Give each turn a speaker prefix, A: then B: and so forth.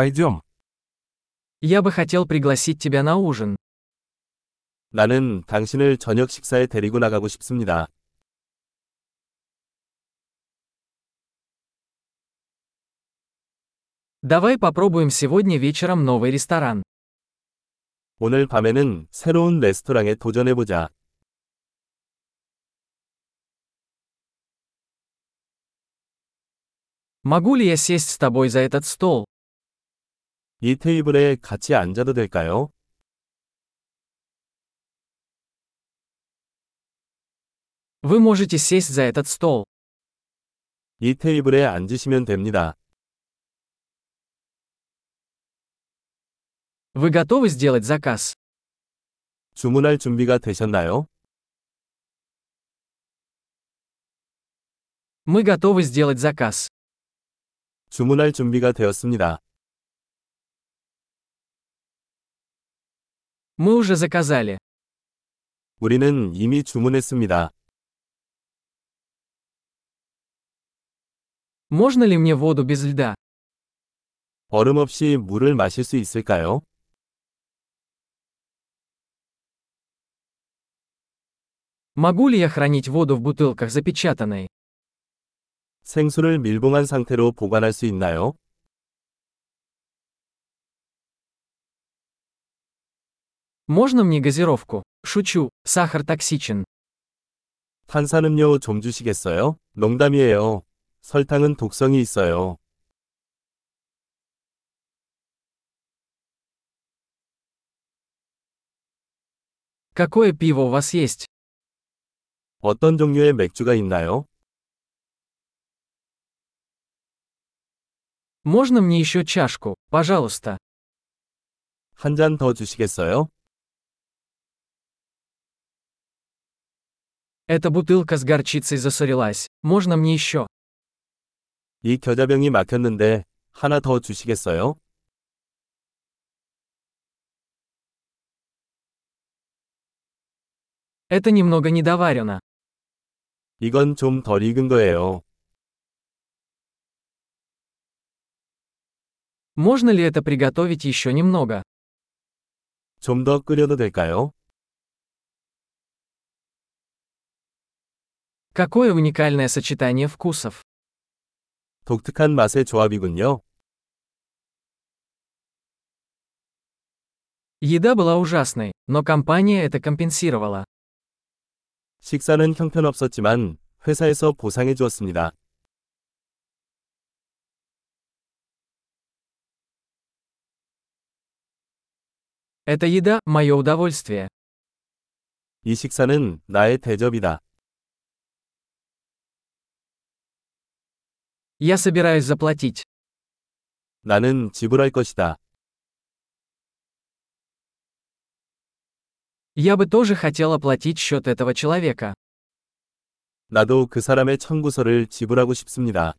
A: Пойдем.
B: Я бы хотел пригласить тебя на ужин.
C: 나는 당신을 저녁 식사에 데리고 나가고 싶습니다.
B: Давай попробуем сегодня вечером новый ресторан.
C: 오늘 밤에는 새로운 레스토랑에 도전해보자.
B: Могу ли я сесть с тобой за этот стол?
C: 이 테이블에 같이 앉아도 될까요?
B: Вы можете сесть за этот стол.
C: 이 테이블에 앉으시면 됩니다.
B: Вы готовы сделать заказ?
C: 주문할 준비가 되셨나요?
B: Мы готовы сделать заказ.
C: 주문할 준비가 되었습니다.
B: Мы уже заказали.
C: 우리는 이미 주문했습니다.
B: Можно ли мне воду без льда?
C: 얼음 없이 물을 마실 수 있을까요?
B: Могу ли я хранить воду в бутылках запечатанной?
C: 생수를 밀봉한 상태로 보관할 수 있나요?
B: Можно мне газировку? Шучу, сахар токсичен.
C: 탄산음료 좀 주시겠어요? 농담이에요. 설탕은 독성이 있어요.
B: Какое пиво у вас есть?
C: 어떤 종류의 맥주가 있나요?
B: Можно мне еще чашку, пожалуйста?
C: 한 잔 더 주시겠어요?
B: Эта бутылка с горчицей засорилась. Можно мне еще?
C: 이 겨자병이 막혔는데 하나 더 주시겠어요?
B: Это немного недоварено.
C: 이건 좀 덜 익은 거예요.
B: Можно ли это приготовить еще немного?
C: 좀 더 끓여도 될까요?
B: Какое уникальное сочетание вкусов.
C: 독특한 맛의 조합이군요.
B: Еда была ужасной, но компания это компенсировала.
C: 식사는 형편없었지만 회사에서 보상해 주었습니다.
B: Эта еда – мое удовольствие.
C: 이 식사는 나의 대접이다.
B: Я собираюсь заплатить.
C: 나는 지불할 것이다.
B: Я бы тоже хотел оплатить счет этого человека.
C: 나도 그 사람의 청구서를 지불하고 싶습니다.